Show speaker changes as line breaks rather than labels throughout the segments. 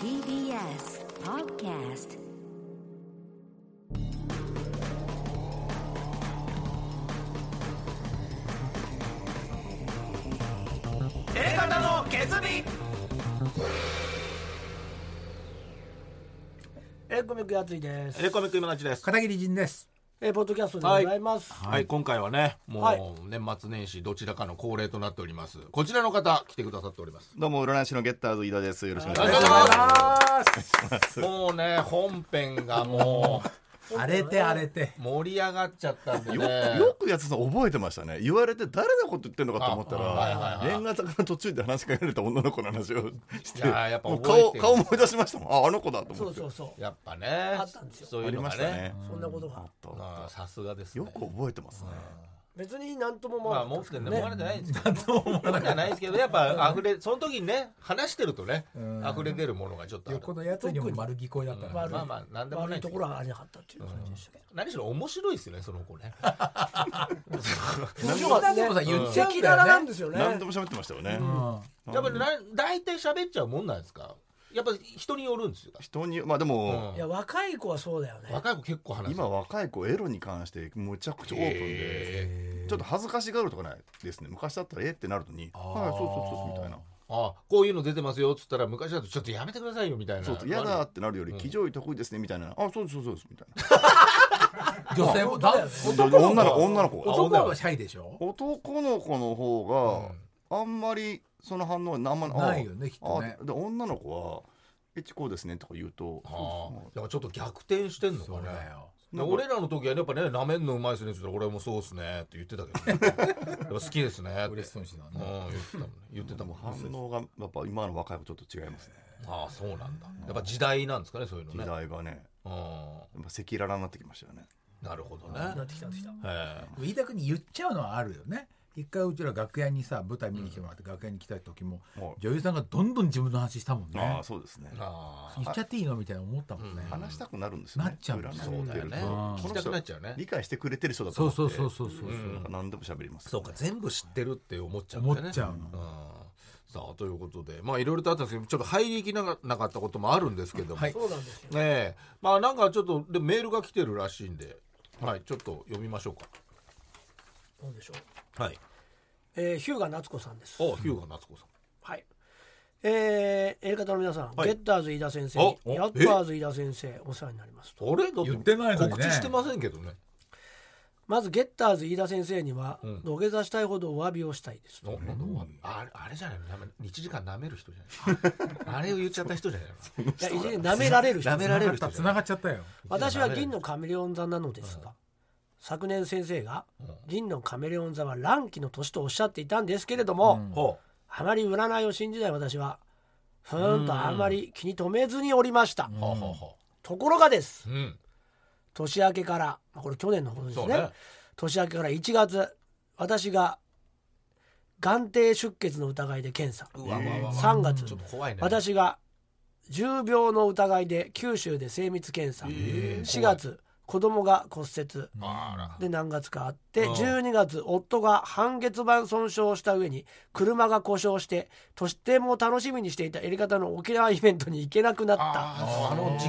TBS Podcast
方の決意
えー、コミックやついです。
エレコミック今のうちです。
片桐仁です。
えー、ポッドキャストでございます。
はい、今回はね、も
はいう
年末年始どちらかの恒例となっております。こちらの方来てくださっております。
どうも占い師のゲッターズ飯田です。よろしくお願
あり
い
が
し
とう
ま。
ございます。もうね、本編がも
荒れて荒れて。
う盛り上がっちゃったんですね。
よよくやつさん覚えてましたね。言われて誰のこと言ってんのかと思った
あはいはい
ら
は、い
年賀坂の途中で話しかけられた女の子の話をして、
いやーやっぱ
もう
覚えてる
顔顔思い出しましたもん。ああの子だと
そ
思っ
う
て。
そうそう。
やっぱね、
あったんですよ
そうい
あ
う
り
の
ま
が
した
ね
ね。。
そんなことが
あった
まあさすがですね。
よく覚えてますね。
別になんとも思
ま
わ
あ
なか
持
っ
ったて
です
ね、
ね。
思われてないんですけど、思われてないですけど、やっぱ溢れ、その時にね、話してるとね、溢れ出るものがちょっとある。
横のやつにも丸聞こえだった
ま
ら。
あまあ、なんでも
悪
ない
い
ん
と
です
こ
け
ろ
ど。
はありなかったっていう感じでしたけど。
何しろ面白いですよね、その 子ね。
面
み
白
ん
かっ
な
た
でもさ、
ね。
言っちゃ
赤裸
うんだ
々な
よ
ん
ね
で。すよね。
何度も喋ってましたよね。
やっぱりな大体喋っちゃうもんなんですかやっぱ人によるんですよ、
人にまあでも
いや若い子はそうだよね。
若い子結構話す
今若い子エロに関してむちゃくちゃオープンで、
へ
ちょっと恥ずかしがるとかないですね。昔だったらえってなるのに、はいそうそうそうみたいな。
ーあこういうの出てますよっつったら昔だとちょっとやめてくださいよみたいな
そうそう嫌だってなるより騎乗位得意ですねみたいな、あそうですそうですそうですみたいな
女性も、だ
女の女の子女の子
あ
が
男はシャイでしょ
男の子の方が、あんまりその反応にあんまり
ないよねきっとね
あで女の子は「えちこうですね」とか言うと
あーだからちょっと逆転してんのか
そう
ね
だよ。
だから俺らの時はやっぱね「なめんのうまいですね」って言ったら「俺もそうっすね」って言ってたけど、 ね、やっぱ好きですねって
嬉しそうにしてた
う
ね。
ん言ってたもんね言ってたもん
反応がやっぱ今の若い子ちょっと違いますね
ああそうなんだやっぱ時代なんですかねそういうの
時
ね
代がね
う
やっぱ赤裸々になってきましたよね
んなるほど
な
ね
ってきたなってきた。
ええ
飯田君に言っちゃうのはあるよね。一回うちら楽屋にさ、舞台見に来てもらって楽屋に来た時も
はい、
女優さんがどんどん自分の話したもん
あ
ね
あ。そうですね
あ
言っちゃっていいのみたいな思ったもんね。
話したくなるんですよね
なっちゃう
占い
あそうだ
見て
よね
ると
うん
聞きたくなっちゃうね
理解してくれてる人だと
そ
思
う
って
そうそうそうそう。
なんか何でも喋ります
そうか全部知ってるって思っちゃうんだ
思
よね
っちゃうの。
うんさあということでまあいろいろとあったんですけどちょっと入りきらなかったこともあるんですけども、ね
そうなんですよ。
えまあなんかちょっとでメールが来てるらしいんで、はい、ちょっと読みましょう
どうでしょう。
かはい
えー、ヒューガ夏子さんです。
おヒューガ夏子さん
はい。えー、エレカタの皆さん、
はい
ゲッターズ飯田先生、
おお
ヤッパーズ飯田先生、お世話になりますと。
あれだ
言ってないのにね
告知してませんけどね
まずゲッターズ飯田先生には、土下座したいほどお詫びをしたいですと。
おなんだおあれあれじゃないのなめ1時間舐める人じゃ ないあれを言っちゃった人じゃないの
いや、いずれに舐められる人
舐められる人じゃ
繋
ない
がっちゃったよ。
私は銀のカメレオン座なのですが、昨年先生が銀のカメレオン座は乱気の年とおっしゃっていたんですけれども、
ほ
あまり占いを信じない私はふーんとあまり気に留めずにおりました、
うほうほうほ
ところがです
ううん
年明けからまあこれ去年のことです
そう
ね
ね
年明けから1月私が眼底出血の疑いで検査
うわうわうわうわ
3月
ちょっと怖いね
私が重病の疑いで九州で精密検査
ええ
4月子供が骨折
あら
で何月かあって
うん
12月夫が半月板損傷をした上に車が故障してとしても楽しみにしていたやり方の沖縄イベントに行けなくなった
あーあの時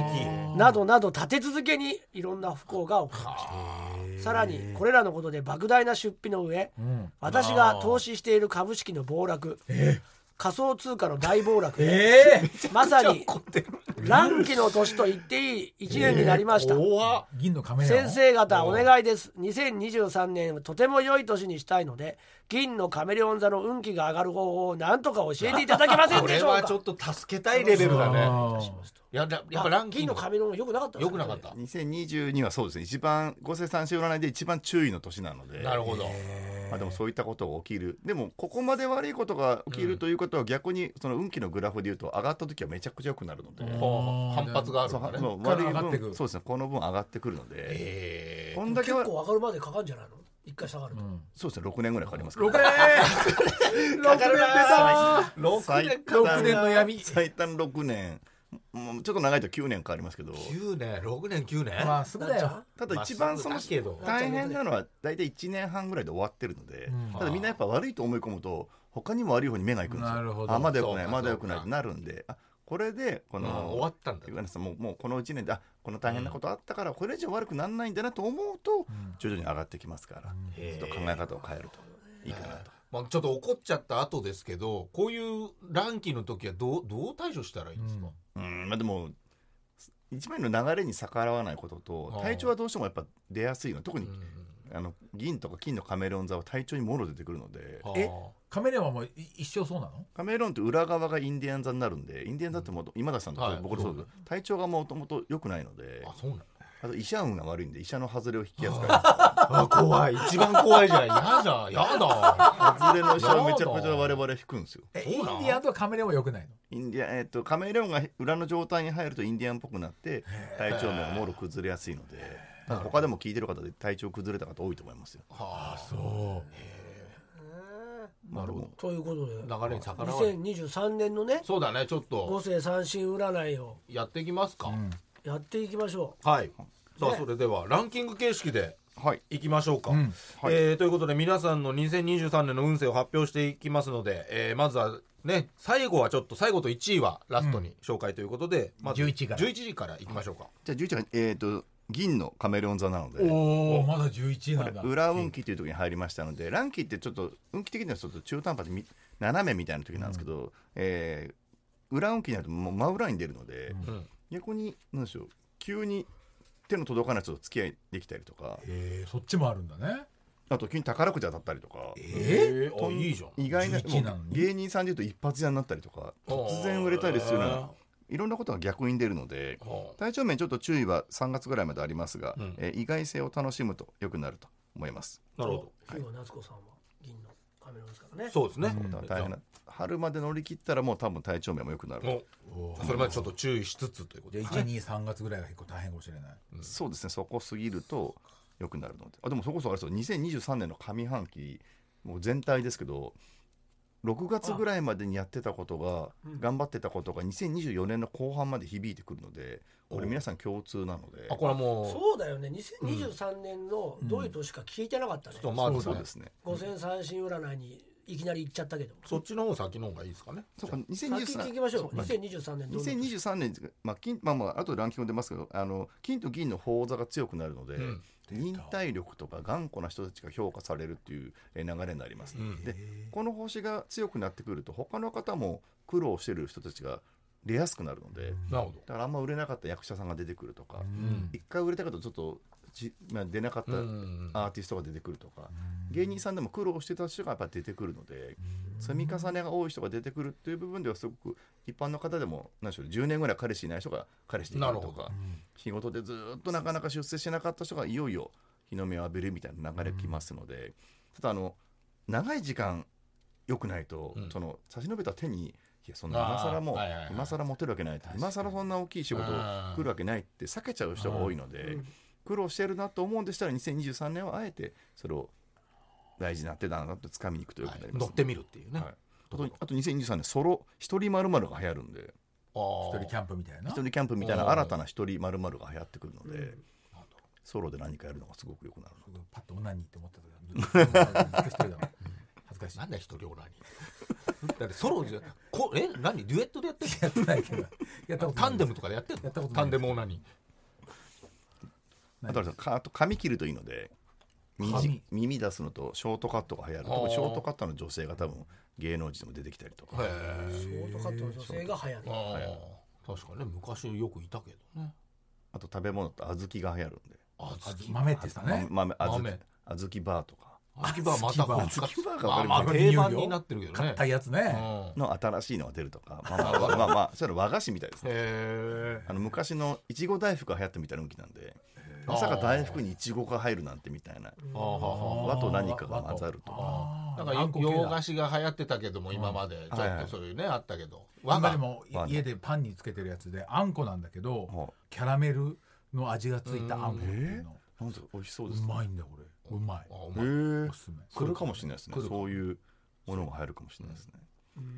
期
などなど立て続けにいろんな不幸が起こりましたさらにこれらのことで莫大な出費の上
うん。
私が投資している株式の暴落仮想通貨の大暴落で
ええ
まさ に乱気の年と言っていい1年になりました
怖っ
銀のカメラ
先生方お願いです2023年をとても良い年にしたいので銀のカメレオン座の運気が上がる方法を何とか教えていただけません
こ
で
れ
しょう
は
か
ちょっと助けたいレベルだね
あー
いやだやっぱランキン
銀
グ
のカメレオンが良くなかったです
良
ね
くなかった
2022はそうですね一番五星三星占いで一番注意の年なので
なるほど
まあ、でもそういったことが起きるでもここまで悪いことが起きるということは逆にその運気のグラフでいうと上がった時はめちゃくちゃ良くなるので、
ほう反発がある
そうん
だ
そ
ね
う
から
悪い
上がってく
分そうですねこの分上がってくるので、
え
こんだけ
結
は
構上がるまでかかるんじゃないの一回下がると、
そうですね6年ぐらいかかりますけど
六年六年出た
ー6
最
年か
六年の闇
最短6年もうちょっと長いと9年かありますけど
9年6年9年、
まあすぐだよ。
ただ一番そ
ま
の
あそうだけど
大変なのは大体1年半ぐらいで終わってるので、
うん
ただみんなやっぱ悪いと思い込むと他にも悪い方に目がいくんですよ。
なるほど
あまだよく
そう
ない
か
まだよくないっ
そうか
てなるんであこれでこ
うん
の、
終わったんだ
ゆかなさんもうもうこの1年であこの大変なことあったからこれ以上悪くならないんだなと思うと
うん
徐々に上がってきますから、
へー
ちょっと考え方を変えるといいかなと。
まあ、ちょっと怒っちゃった後ですけどこういう乱気の時はどうどう対処したらいいんですか、
うんまあ、でも一枚の流れに逆らわないことと
あー
体調はどうしてもやっぱ出やすいの特に、
うん
あの銀とか金のカメレオン座は体調にもろ出てくるので
はあ
えカメレオンはもうい一生そうなの？
カメレオンって裏側がインディアン座になるんでインディアン座ってもと今田さんと
はい
か僕もそうですけど体調がもともと良くないので
あそうなの
あと医者運が悪いんで医者の外れを引きやすか
あ怖い一番怖いじゃない嫌じゃん嫌だ
ら外れの医者をめちゃくちゃ我々引くんですよ。
え
そう
イン
な
デ
の
ィアンとはカメレオンは良くないの？
インディアンえっと、カメレオンが裏の状態に入るとインディアンっぽくなって体調面がもろ崩れやすいので多分他でも聞いてる方で体調崩れた方多いと思いますよ。
はあ
そ
なるほど
ということで
流れに逆らわない
2023年のね
そうだねちょっ
五
と
世三振占いを
やっていきますか、
やっていきましょ
はいさあ
ね
それではランキング形式で
はい
いきましょうか、
うん
はい
えーということで皆さんの2023年の運勢を発表していきますので、えーまずはね最後はちょっと最後と1位はラストに紹介ということで、まず
11時から
11時からいきましょうか、
じゃあ11が、えっと銀のカメレオン座なの
う。
で
おおまだ十一なんだ。
裏運気という時に入りましたので乱気ってちょっと運気的にはちょっと中途半端でみ斜めみたいな時なんですけど、えー裏運気になるともう真裏に出るので、
うん
逆に何でしょう急に手の届かない人と付き合いできたりとか
えーそっちもあるんだね。
あと急に宝くじ当たったりとか。
えー
と
あ
ん
いいじゃん
意外な
11
もう
なのに
芸人さんでいうと一発屋になったりとか突然売れたりするようないろんなことが逆に出るので
は
体調面ちょっと注意は3月ぐらいまでありますが、
うん
えー意外性を楽しむと良くなると思います。
あなるほ
う日は夏子さんは銀のカメラですからね
どそうですね、
だから大変な春まで乗り切ったらもう多分体調面も良くなると、
おそれまでちょっと注意しつつということ
じゃ
で
あ一二三月ぐらいが結構大変かもしれない。
そうですねそこ過ぎると良くなるのであでもそこそこあれですよ2023年の上半期もう全体ですけど6月ぐらいまでにやってたことが頑張ってたことが2024年の後半まで響いてくるのでこれ皆さん共通なので
あこれはも
そうだよね2023年のどういう年か聞いてなかったね
う、ちょっとまあ
そうですね
五千三振占いにいきなり行っちゃったけど
そっちの方先の方がいいですかね
そうか
先聞きましょう
2023
2023年どういう年
2023年、まあ、金まあまああとでランキング出ますけどあの金と銀の法座が強くなるので、
うん
忍耐力とか頑固な人たちが評価されるっていうえー流れになります、
うん
でこの星が強くなってくると他の方も苦労してる人たちが出やすくなるので、
なるほど
だからあんま売れなかった役者さんが出てくるとか、
ん
一回売れたけどちょっとじ、まあ、出なかった
うん
アーティストが出てくるとか、芸人さんでも苦労してた人がやっぱ出てくるので、積み重ねが多い人が出てくるっていう部分ではすごく一般の方でも何でしょう10年ぐらい彼氏いない人が彼氏できる
な
と
るほど
か仕事でずっとなかなか出世しなかった人がいよいよ日の目を浴びるみたいな流れきますので、ただあの長い時間良くないと、
うん
その差し伸べた手にいやそんな今更もう、
あーはいはいはい
今更持てるわけないと今更そんな大きい仕事
うん
来るわけないって避けちゃう人が多いので、苦労してるなと思うんでしたら2023年はあえてそれを大事な手だなと掴みに行くとよくなります、
乗ってみるっていうね、
はいあとあと2023年ソロ一人まるが流行るんで
あー
一人キャンプみたいな。
一人キャンプみたい
うん
な新たな一人まるが流行ってくるので、ソロで何かやるのがすごくよくなる
僕パッとオナニーって思った時はずっと 一人だわ。恥ずかしい
なんだよ一人オナニー だってソロじゃこえ何デュエットでやってる。
やってないけど。やったことない
タンデムとかでやってる
やったことな
タ
い
ンデムオナニ
あとはかあと髪切るといいので耳
髪
耳出すのとショートカットが流行る
あー
特にショートカットの女性が多分芸能人でも出てきたりとか、
ーへ
ショートカットの女性が流行る
え、あー確かにね昔よくいたけどね
あと食べ物と小豆が流行るんで
あずき
豆って言ってたね。
豆小豆
豆
小豆バーとか
あずきバーまたこう使っ
あずきバー
まあ
が
まあ
わかり
定番になってるけどね
硬いやつ
うん
ね。
へ
の新しいのが出るとかまあまあまあまあ、まあ、それ和菓子みたいですね
え
あの昔のいちご大福が流行ってみたいな運気なんでまさか大福にいちごが入るなんてみたいな
あーはーはー
和と何かが混ざるとか
あ
な
ー
んか
あんこ系だ
洋菓子が流行ってたけども今までちょ
はい
っ
はい
とそういうねあったけど和
今で
が
もい
和の
家でパンにつけてるやつであんこなんだけ
はい
どキャラメルの味がついたあんこっていうの
なんか美味しそうです
う
ね
まいんだよこれうまい
あお
へ
前
え
おすすめ
来るかもしれないですね
来るかも
そういうものが入るかもしれないですね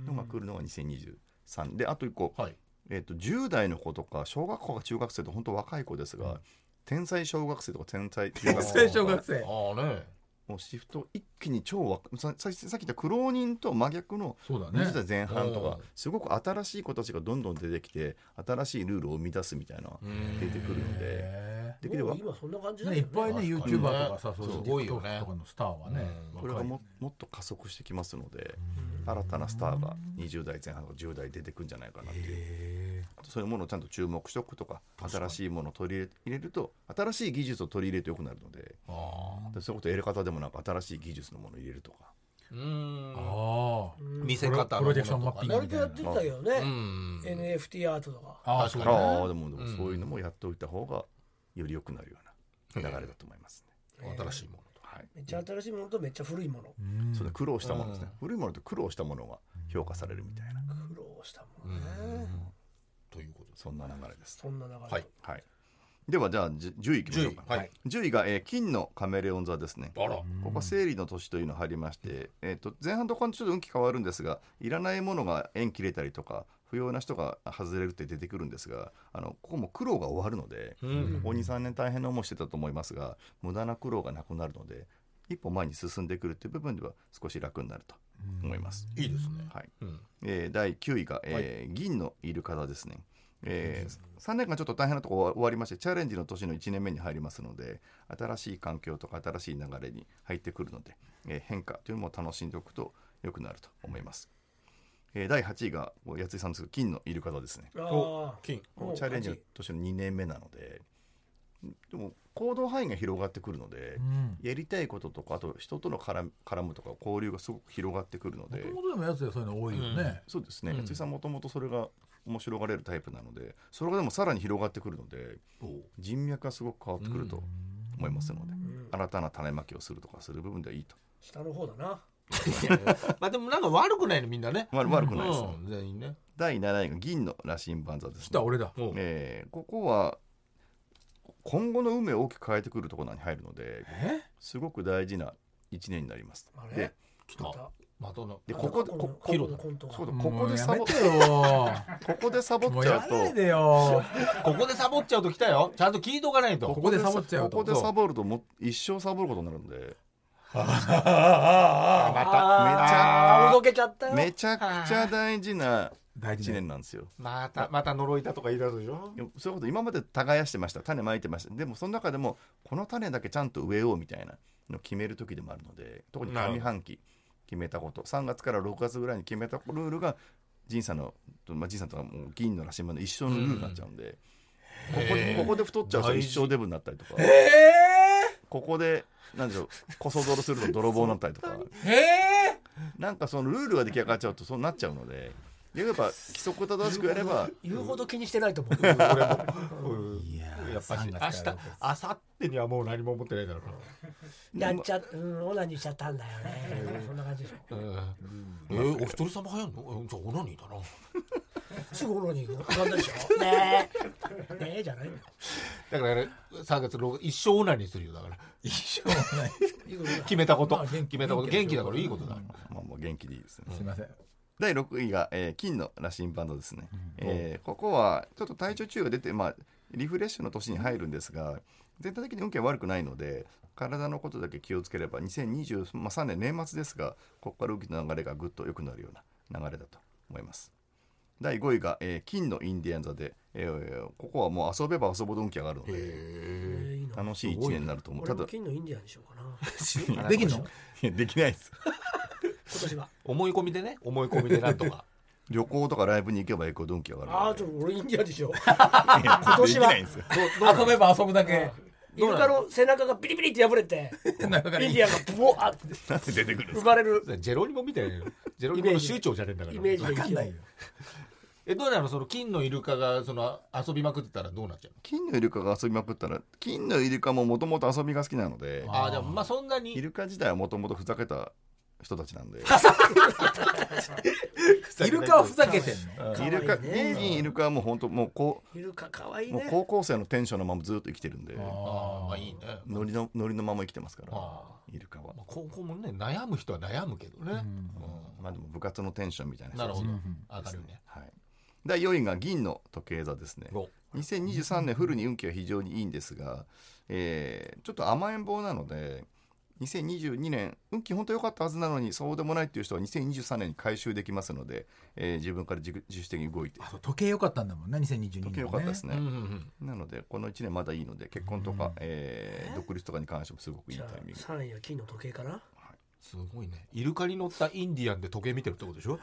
のが来るのが2023であと一個
はい
えっと10代の子とか小学校か中学生と本当若い子ですが、天才小学生とか天才中学生
生
と
小
か
学生
ああね
もうシフト一気に超若さささっき言った苦労人と真逆の
そうだね
20代前半と
う
か
ん
すごく新しい子たちがどんどん出てきて新しいルールを生み出すみたいな
うん
出てくるので
へ
できれば
もう今そんな感じ
ー
だ
ね
よ
い
ね
っぱいね
確かにね
YouTuber とかさそう
す
す
ご
ご
い
い
よ
よ
ね
ねとかのスターはね
うん
これが
若い
ももっと加速してきますので新たなスターが20代前半とか10代出てくるんじゃないかなっていう
へ
あとそういうものをちゃんと注目しておくとか新しいものを取り入れ入れると新しい技術を取り入れてよくなるので
あ
でそういうことやり方でもなんか新しい技術のものを入れるとか
ーうん
ーああ
見せ方の
プロジェクションマッピング
割とやってたけどね、
うん
NFT アートとか
ああ
確
そう
か
あ
に
だ
あーでもでもそういうのもやっておいた方がより良くなるような流れだと思いますね。
新しいものと
はい
めっちゃ新しいものとめっちゃ古いもの
うん
そうだ苦労したものですね、
う
古いものと苦労したものが評価されるみたいな、
苦労したもんね、
ということです
そんな流れです、
そんな流れ、
はい
はい、ではじゃあじ10位いきましょう
10
か
位はい
10位が、えー金のカメレオン座ですね
あら
ここは生理の年というのが入りまして、えー、と前半と後半とちょっと運気変わるんですがいらないものが縁切れたりとか不要な人が外れるって出てくるんですがあのここも苦労が終わるので、
うん
ここ23年大変な思いしてたと思いますが無駄な苦労がなくなるので一歩前に進んでくるという部分では少し楽になると思います。
いいですね
はい
うん
えー第9位が、えー銀のイルカ座ですね。え3年間ちょっと大変なとこ終わりましてチャレンジの年の1年目に入りますので新しい環境とか新しい流れに入ってくるので、えー変化というのも楽しんでおくと良くなると思います、えー第8位がやついさんですけど金のイルカ座ですね
あ
金
もう
チャレンジの年の2年目なのででも行動範囲が広がってくるので、
うん
やりたいこととかあと人との絡む絡むとか交流がすごく広がってくるの
も
で
ともとでもやつでそういうの多いよね
そうですね、
うん
安井さんもともとそれが面白がれるタイプなのでそれがでもさらに広がってくるので人脈がすごく変わってくると思いますので、
あ、うん、
新たな種まきをするとかする部分ではいいと、
下の方だな
まあでもなんか悪くないねみんなね
まあ、悪くないですね、
うん全員ね
第7位が銀の羅針盤座です、
来た
ね
俺だ
おう
えーここは今後の運命を大きく変えてくるところに入るので
え
すごく大事な1年になります
あれ
で
来
ま
た
た
またの
でここで
ま
こ
た
こ
今度のコントが
こ
もう
ここで
や
サ
め
ボ
て よ
ここでサボ
も
っ
う
ち
や
ゃ
ら
う
ない
と
でよ
ここでサボっちゃうと来たよちゃんと聞いとかないと
ここでサボっちゃうと
ここでサボるともう一生サボることになるんで
あまた
あー
めちゃ
あおどけちゃったよ
めちゃくちゃ大事な
大
1
事ね
年なんですよ。
またまた呪いだとか言い出すでしょ
いやそういうこと今まで耕してました種まいてましたでもその中でもこの種だけちゃんと植えようみたいなのを決める時でもあるので特に上半期決めたこと3月から6月ぐらいに決めたルールが仁さんの、まあ、仁さんとかもう銀の羅針盤の一生のルールになっちゃうんで、ここで
へー
ここで太っちゃうと
大
一
事
生デブになったりとか、
え
ここでなんでしょうこそ泥すると泥棒になったりと か。
ええ
なんかそのルールが出来上がっちゃうとそうなっちゃうのでやっぱ規則正しくやれば
言うほど気にしてないと思う
いやー
やっぱし
3
明
月
日
から
明後日にはもう何も思ってないだろ
やっちゃうんオナニーしちゃったんだよねそんな感じでしょ
うなえーお一人様流行んのうんじゃあオナニーだな
すぐオナニーが浮かんだでしょねえねえじゃないんだよ
だから3月6一生オナニーするよだから
一生ない
いいことだ
決めたこと
まあ元
決
気
めたこと元
元
気
気
だ
だ
からいいことだ
まあもう元気でいいですね、
すいません
第6位が、えー金の羅針盤座ですね、えーここはちょっと体調注意が出て、まあ、リフレッシュの年に入るんですが全体的に運気は悪くないので体のことだけ気をつければ2023年年末ですがここから運気の流れがぐっと良くなるような流れだと思います第5位が、えー金のインディアン座で、えーここはもう遊べば遊ぶと運気上がるので
え
へ
ー
え
いいな
楽しい1年になると思う
俺
た
も
だ
金のインディアンにしようかな今
できんの
いやできないです
年は
思い込みでね思い込みでなんとか
旅行とかライブに行けば行くほど運気上がるので
ああちょっと俺インディアンにしよう
今
年は
できないんですよ
遊べば遊ぶだけ
イルカの背中がビリビリって破れて
変な
インディアンがブワーって
なんで出てくるんです
生
か
まれる
ジェロニモみたいなジェロ
ニ
ニ
モ
モの
の
州
州
長じゃねえんだか
イ
ら
メージが
わか
一
ん
応
ないよ
えどうなのその金のイルカがその遊びまくってたらどうなっちゃうの
金のイルカが遊びまくったら金のイルカももともと遊びが好きなので
ああでもまあそんなに
イルカ自体はもともとふざけた人たちなんで
イルカはふざけてんの
可愛
イ
い
ルカ銀
ね
銀イルカはもう本当もうこ
イルカ可愛いう
もう
ね
高校生のテンションのままずっと生きてるんで
ああまあいいね
ノリのノリのまま生きてますから
あ
イルカは
まあ高校もね悩む人は悩むけどね
うん
うん
まあでも部活のテンションみたいな人
なる
た
ほ
ち
ど
で
上が
す
る
ね
ね
はい第4位が銀の時計座ですね
お
2023年フルに運気は非常にいいんですが、えーちょっと甘えん坊なので2022年運気本当良かったはずなのにそうでもないっていう人は2023年に回収できますので、えー自分から自自主的に動いて
あそう時計良かったんだもんね2022年、ね、
時計良かったですね
うんうんうん
なのでこの1年まだいいので結婚とか、えー独立とかに関してもすごくいい
じ
タ
ゃ
イミング
あ3位は金の時計かな
すごいねイルカに乗ったインディアンで時計見てるってことでしょ、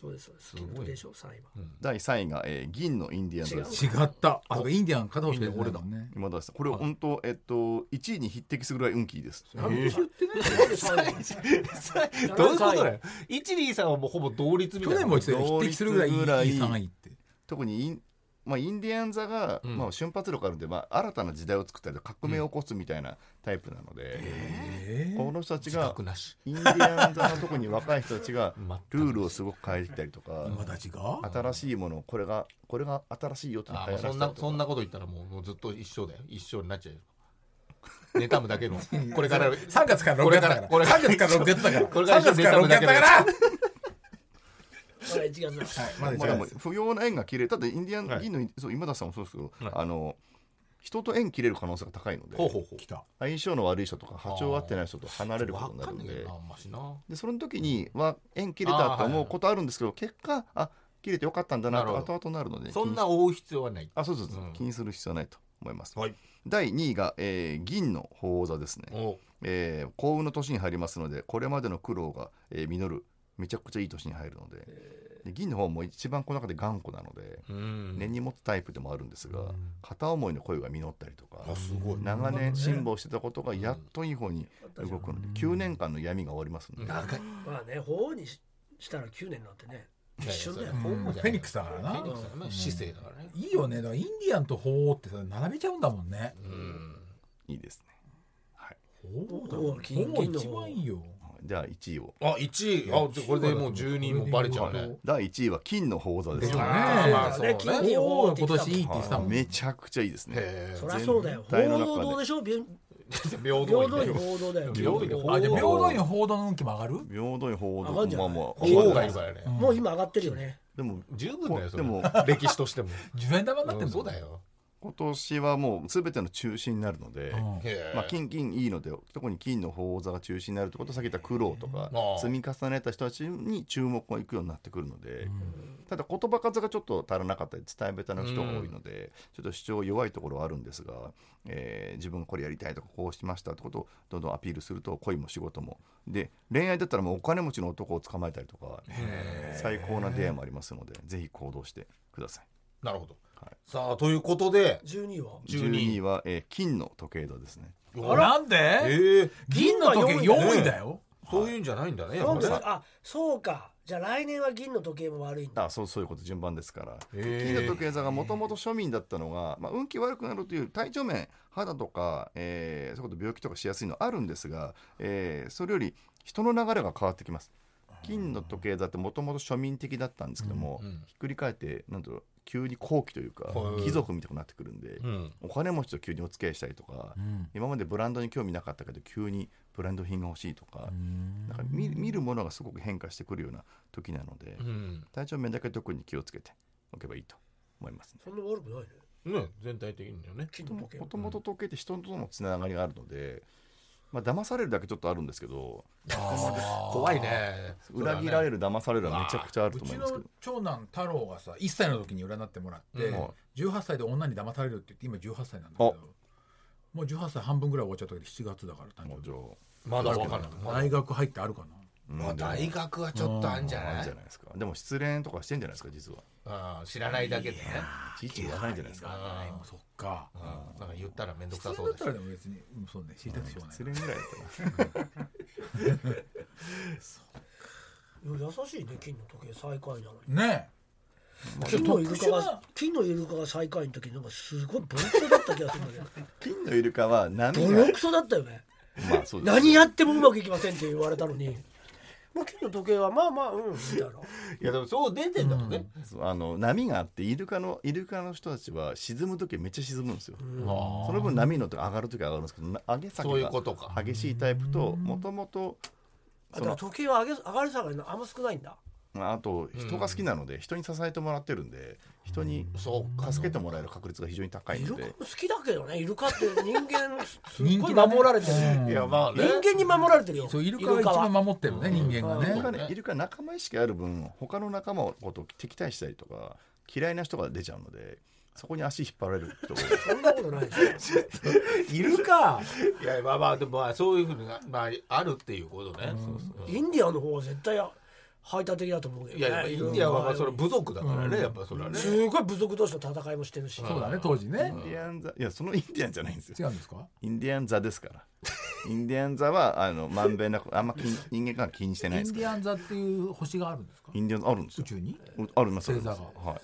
そうですそうです
ごい
金の時計でしょ3位は
うん
第3位が、えー銀のインディアンドです
違ったあそうかインディアン片方しか
インディアン
だもんね
今田さんこれ本当、えっと1位に匹敵するぐらい運気いいです
なんで言ってないなんで3位は
どういうことだよ一二さんはもうほぼ同率みたい
去
な
年も言ってたよ匹敵するぐらいいい
同率ぐらい
3位って
特にイン,、まあ、インディアン座が、
うん
まあ、瞬発力あるんで、まあ、新たな時代を作ったり革命を起こすみたいなタイプなので、
え
この人たち
自
が
覚なし
インディアン座の特に若い人たち がルールをすごく変えてきたりとか
今たちが
新しいものをこれがこれが新しいよと流
あ
行
も
ら
う
せた
そ
りと
んな
か
そんなこと言ったらもうもうずっと一生だよ一生になっちゃうよ妬むだけのこれから
3月から
こ
6
れ
月
か
だからら
これから
3月から6月だから
これから
3月から6月だから
1月だ
まだ
まあ、でも
違う
不要な縁が切れただインディアン、
はい
銀のそう今田さんもそうですけど、
はい
あの人と縁切れる可能性が高いので
ほうほうほう
来た
相性の悪い人とか波長合ってない人と離れることになるの
わかんねえ
で
なあんましな
でその時には縁切れたと思うことあるんですけど、結果あ切れてよかったんだな
な
と
るほど
後々なるので
そん
気に
な
し
追う必要はない
あそうそうそう
うん
気にする必要はないと思います、
はい
第2位が、えー銀の鳳凰座ですね、
お
えー幸運の年に入りますのでこれまでの苦労が、えー実るめちゃくちゃいい年に入るのでで銀の方も一番この中で頑固なので、
うん
根に持つタイプでもあるんですが、片思いの恋が実ったりとか、
あすごい
長年辛抱してたことがやっといい方に動くので、9年間の闇が終わりますので、
長い
まあね法にししたら9年なんてね一緒だよ
いやいやそれ
うんフェニックスだから
フェ
な
ニックスだからね姿勢だからね
いいよねだからインディアンと鳳凰ってさ並べちゃうんだもんね
うん
いいですね、はい、
鳳凰だ
鳳凰金
鳳凰一番いいよ
じゃあ1位を
あ1位あじゃあこれでもう12位もバレちゃうね
第1位は金の宝座です
ね
ね、
あーまあそうね
ね金
鳳凰が今年いいって言ってたもん
め
ね
ちゃくちゃいいですね
へえ
そりゃそうだよ報
全体の中で
道でしょ平平等
平等
に
にね
報道だよ
平等に
あじゃあ
鳳
平
凰
等に鳳凰の運気も上がる
平等に宝
上が
座
んじゃない
まあま
鳳凰
あ
がいるからね
もう今上がってるよね
でも
十分だよそれ
でも
歴史としても
10円玉になって
うん
ん
そうだよ
今年はもう全ての中心になるので、
うん
へえ
まあ、金金いいので特に金の宝座が中心になるってことはさっき言った苦労とか
ああ
積み重ねた人たちに注目がいくようになってくるので、ただ言葉数がちょっと足らなかったり伝え下手な人が多いので、ちょっと主張弱いところはあるんですが、えー自分がこれやりたいとかこうしましたってことをどんどんアピールすると恋も仕事もで恋愛だったらもうお金持ちの男を捕まえたりとか最高な出会いもありますのでぜひ行動してください。
なるほど
はい
さあということで
12位は
12
12位は、えー金の時計座ですね。
なんで
ええ
銀の時計
銀が
4位だよ
そういうんじゃないんだねや
そ
っ
う
ぱ
か
り
あそうかじゃあ来年は銀の時計も悪いんだ
あそうそういうこと順番ですから、
へー
金の時計座がもともと庶民だったのが、まあ、運気悪くなるという体調面肌とか、えーそういうこと病気とかしやすいのあるんですが、えーそれより人の流れが変わってきます金の時計座ってもともと庶民的だったんですけども、
うんうん
ひっくり返ってなんと急に高貴というか、
はい
貴族みたいになってくるんで、
うん
お金持ちと急にお付き合いしたりとか、今までブランドに興味なかったけど急にブランド品が欲しいとか,、なんか見見るものがすごく変化してくるような時なので。
うん
体調面だけ特に気をつけておけばいいと思いますね。
そんな悪くないね
ね全体的によね
金の時計
もともと時計って人とのつながりがあるので、まあ騙されるだけちょっとあるんですけど、
怖いね
裏切られる
る
騙されるはめちゃくちゃある
う
と思
ち
いますけ
の
ど。
長男太郎がさ1歳の時に占ってもらって、
うん
18歳で女に騙されるって言って今18歳なんだけどもう18歳半分ぐらい終わっちゃったけど7月だから誕
もう
生
じ
日
ゃあ
まだわかんない
大学入ってあるかな
まあ大学はちょっとあんじゃ
あ
な
る
い
じゃないですか。でも失恋とかしてんじゃないですか実は。
うん知らないだけでね
いちいち言わないんじゃないですか。
あーもうそっか
うんなんか言ったら面倒く
失
さそ
恋
う
だっ
だした
らでも別に、うん、そうね知りたくてしょうがない
失恋ぐらいだったら。
いや優しいね金の時計最下位なのに
ね
金のイルカ
特殊
が
な
金のイルカが最下位の時なんかすごいボロクソだった気がするんだ
金のイルカは波
けどボ
が
ロクソだったよね
まあそうです。
何やってもうまくいきませんって言われたのにもう金の時計はまあまあうんみたいない
やでもそう出てんだもんね
そうあの波があってイルカのイルカの人たちは沈む時めっちゃ沈むんですよ。その分波のと上がる時は上がるんですけどな上げ下
そうい
げ
うことか
が激しいタイプともともと
あだから時計は上げ上がり下がりのあんま少ないんだ
まあ、あと人が好きなので、人に支えてもらってるんで人に
そうか
助けてもらえる確率が非常に高い
イル
の
カ
で
も。好きだけどねイルカって人間すすっ
人
ごい
気だね
守られてる、
うん
いやまあね
人間に守られてるよ
そうイルカが一番守ってるね
うん
人間が
イル
ね
カねイルカ仲間意識ある分他の仲間のことを敵対したりとか嫌いな人が出ちゃうのでそこに足引っ張られると
そんなことないでし
イルカ
いやまあまあでもまあそういうふうになまああるっていうことね。
ょインディアンの方は絶対排他的だと思うけど、
い
ね、
やいやインディアンはまあそれ部族だからねやっぱそれはね。
すごい部族同士の戦いもしてるし、
そうだね当時ね
インディアンザいやそのインディアンじゃないんですよ
違うんですか
インディアン座ですから。インディアン座はあのまんべんなくあんま気に人間関係気にしてないで
イン
すか
デ
ら。
ィアン座っていう星があるんですか
インディアン座あるんです
宇
よ。
宙に
ありますあり
星座
ま
が
す。はい。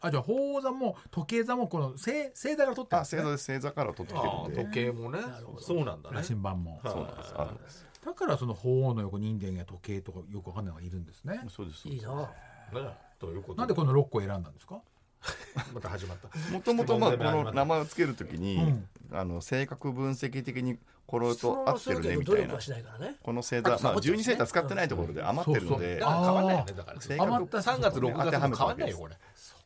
あじゃあ鳳凰座も時計座もこの星星座が取って
あ
るんで
星
すね
座です星座から取ってきて
ああ
るん
時
で。
計もね。そうなんだね
羅。針盤も
そうなんです。あるんです。
だからその鳳凰の横にインディアンや時計とかよくわかんないのがいるんですね
そうです。
いいな
ねということ
なんでこの6個選んだんですか
また始まった。
もともとまあ
質問
こ
攻め
の名前をつけるときに、
うん
あの性格分析的にこれ
質問
と合
は
っ
す
て
る
る
け
ね
ど
み
努
たい
力
な
は。しないからね
この星座
あと
ま
サボ
あ
ってる
12
しね
星座使ってないところで余ってるので
そうそう
あ
変わんないよねだから性格
余った
3月6月も変わんないよ
当
これ、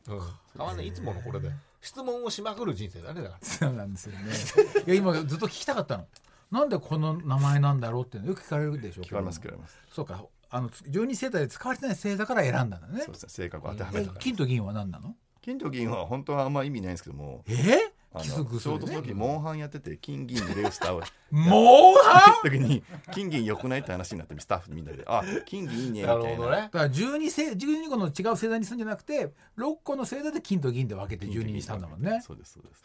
うん、変わんないいつものこれで質問をしまくる人生だねだから
そうなんですよね いや今ずっと聞きたかったのなんでこの名前なんだろうっていうのよく聞かれるでしょ
聞かれます聞かれます
そうかあの12星座で使われてない星座から選んだんだね
そうですね性格当てはめ
え
たから
金と銀は何なの
金と銀は本当はあんま意味ないんですけども
え
あ
ー、
の
キスグ
ちょうどその時モンハンやってて金銀入れよスターを
もうは
時に金銀良くないって話になってスタッフみんなで「あ金銀いいね」み
な
たいな
るほどね
だから12星12個の違う星座にするんじゃなくて6個の星座で金と銀で分けて12にしたんだもんね
そうですそうです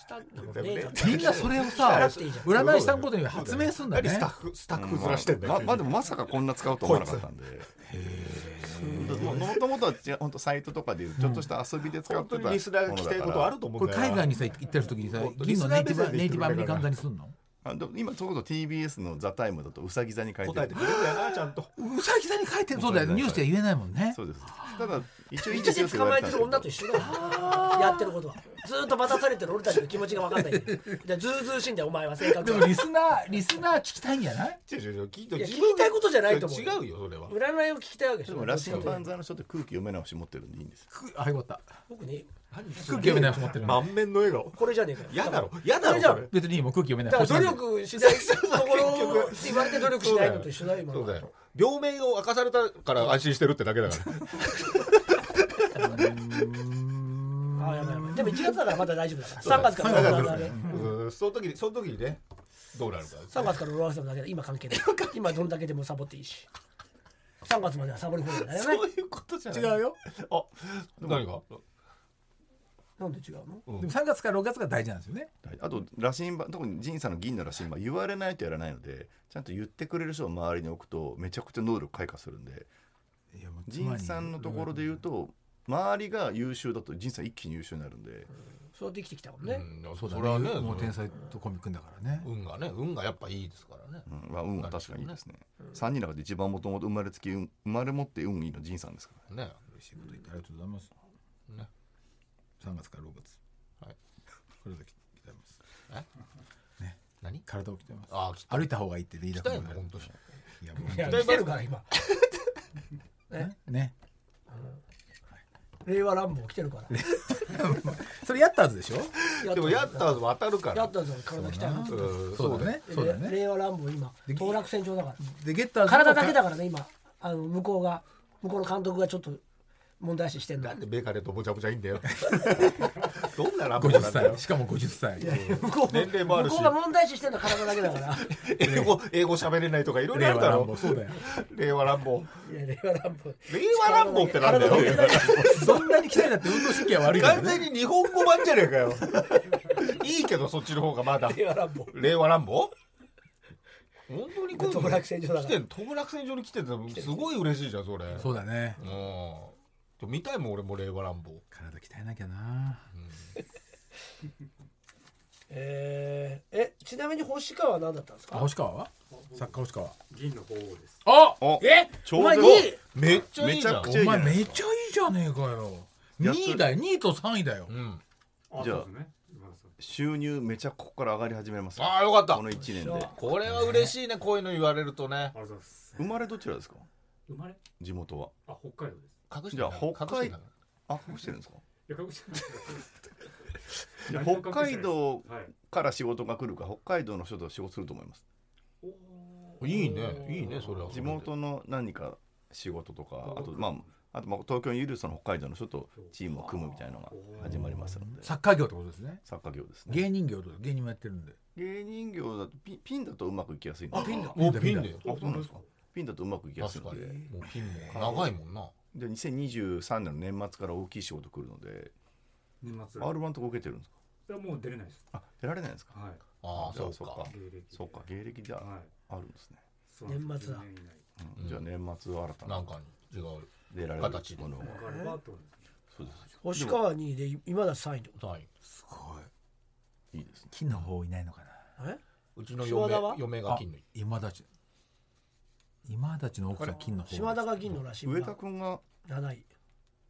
したんだもんねだって
みんなそれを
やら
さ
なくていいじゃん
占い師さんごとに発明するんだ
何
ね
スタッフスタッフずらしてんだ
まあ
よ、
まあでもまさかこんな使うと思わなかったんでもともとは違う本当サイトとかでちょっとした遊びで使
本
って
当
た
にリスナーが聞きたいことあると思う
こ
ん
れ
だよ
海外にさ行ってる時にさ
本当
銀のネイ
リ
ティブ
スナー目線で
ネ
言
イ
ってる
ティブ
わけだか
ア
ら
メリカン座にするの
あでも今ちょうど TBS の「ザタイムだとうさぎ座に変えて
答えてくれるんだよなちゃんと
うさぎ座に書いてるそうだよ
うさぎ座に書いてる
ニュースでは言えないもんね
そうですただ一応
道
いい
で捕まえてる女
緒
と一緒だよやってることはずーっと待たされてる俺たちの気持ちが分かんないんだよでずうずうしいんだよお前は性格
で
が
もリスナーリスナー聞きたいんじゃない
違う違う違う聞いて
いや聞いたいことじゃないと思う
違うよそれは
占いを聞きたいわけでし
で
ょ
も羅針盤座の人って空気読め直し持ってるんでいいんですよ
くあよかった
僕ね
空気読めないと思ってる
満面の笑顔
これじゃねえかよ
やだろやだ
これ
ろ
じゃ
そ
ん
れ
別に今空気読めない
だから努
星なん
力し
で
ないところって言われて努力しないのと一緒だよ今
そ
の
うだよ病名を明かされたから安心してるってだけだ から
あやばいやばいでも1月だからまだ大丈夫だから3月から占
だか
い
ら
は
ね
ね
うんその時にその時にねどうなるか
3月からロラさんだけで今関係ない今どんだけでもサボっていいし3月まではサボる方だよね
そういうことじゃない
違うよ
あ何が
なんで違うの
も3月から6月が大事なんですよね
はいあと羅針盤特に仁さんの銀の羅針盤言われないとやらないのでちゃんと言ってくれる人を周りに置くとめちゃくちゃ能力開花するんで
いやもう
仁さんのところで言うと周りが優秀だと仁さん一気に優秀になるんで
そうやって生きてきたもんね
うん
そうだ
れは
ねもう天才とコンビ組んだからね
運がね運がやっぱいいですからね
うんまあ、運は確かにいいですね。三人の中で一番もともと生まれつき運生まれ持って運いいの仁さんですから。
ね
嬉しいこと言ってありがとうございます
ね
3月から6月
はい
これだけ鍛えます
何
体を鍛えます
ああきっ
歩いた方がいいって言い出
たいの本当に
いやもう
いや生きてるから今
ねね
令和乱暴来てるから
それやったはずでしょ
や
でもやったら当たるか
や
ら
ったぞ体鍛えなくて
うん
そうだ
ね
ねそうだね
令和乱暴今当落戦場だから
でゲッターズ
体だけだからね今あの向こうが向こうの監督がちょっと問題視してんだ
なんでベーカレーとぼちゃぼちゃいいんだよどんなラブ
50
なんだよ
歳しかも50歳
向こう
年齢もあるし
向こうが問題視してんのは体だけだから
英語英語喋れないとかいろいろあ
令
る
和
だ
乱
ろ
暴そうだよ
令和乱暴
いや令和乱暴
令和乱暴ってなんだ
体
よ
だけ
そんなに鍛えたって運動神経は悪いから
完
ね
全に日本語版じゃねえかよいいけどそっちの方がまだ
令和乱暴
令和乱暴本当に来んの
当落戦場だから
来てん当落戦場に来ててすごい嬉しいじゃんそれ
そうだね
うんでも見たいもん俺も令和乱暴
体鍛えなきゃな
えー、えちなみに星川は何だったんです
あ
か
星川は作家星川
銀の鳳凰です。
あ
お
え
ち
お
ょうど
前2位
めっちゃいいじゃん
めちゃくち
お前めっちゃいいじゃねえかよ
やっと
2位だよ2位と3位だよ
うん、
あ
じゃあ
そうですね。今田さん
収入めちゃここから上がり始めます。
ああよかった
この一年で。
これは嬉しいねこういうの言われるとね
ありがとうございます。
生まれどちらですか。
生まれ
地元は
あ、北海道です。
隠して
じゃあ
隠
北海
してない
あ隠してるんですか
いや、鹿児島です
いや北海道
はい。
から仕事が来るか北海道の人と仕事すると思います
おー
いいねいいねそれは
地元の何か仕事とかあと
うん
まああとまあ東京にいるその北海道の人とチームを組むみたいなのが始まりますので
サッカー業ってことですね
作家業ですね
芸人業と芸人もやってるんで
芸人業だとピンピンだとうまくいきやすいんであ
ンだ
もうピンで
そうなんですかピンだとうまくいきやすい
確
の
かに
で
もうピンも長いもんな
で2023年の年末から大きい仕事来るので
年末。
r 1とか受けてるんですか
いやもう出れないです。
あ出られないんですか
はい。
ああ
じゃあ
そう
そ
か
っ
芸歴で。
そうか芸歴じゃ
はい。
あるんですね、
そうなんで
年
す
末だ
10年以内
うんじゃあ年末は新た
な
なん
かに違う
出られる
形で
ものを
わかればってことですね
そうです
星川2位で今だ3位ってこ
ない
すごい
いいですね
金の方いないのかな
とえ
うちの
島
嫁
田は
嫁が
あ
金の
今立ち今立ちの奥さん金の方
島田が銀のらしい
上田君が
7位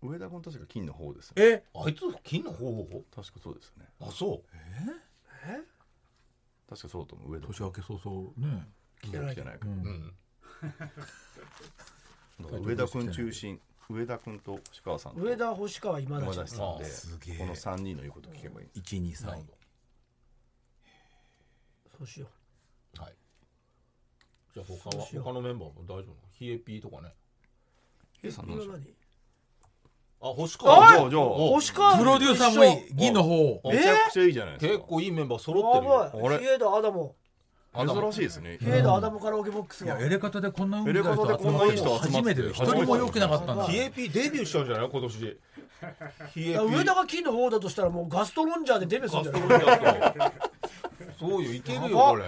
上田君確か金の方ですよね
え
あいつ金の方
確かそうですよね
あそう
え
確かそうだと思う上田君
年明け早々ね
金の方来てないか
う
ら、
ん
うん
だから上田君中心上田君と星川さんと
上田星川今
山
だ
田
し
さんです
げえ
この3人の言うこと聞けばいいんです
なる
123
そ
ほ
うしよ
どはいじゃあ他は
そうしよう
他のメンバーも大丈夫なのヒエピーとかね
ヒデさ
うん
どう
今
でしょう
何
あ星川
あ
じゃ
じゃ
あ
あ
じ
じ
ゃ
ゃ
あ
あ
星川
プロデューサーもいい銀の方
めちゃくちゃいいじゃないです
結
か
構いいメンバー揃ってるよ
あ
あ
ば
れ
いヒエダアダモ
あだ
珍しいですね
ヒエダアダモカラオケボックス
いや
が
エレカタでこんな運
エレカタでこんないい人集まって
初めてで一人も良くなかったんだ
ヒエピーデビューしちゃうんじゃない今年ヒエピ
いや上田が金の方だとしたらもうガストロンジャーでデビューするんじゃない
そうよいける
や
よ
ば
これ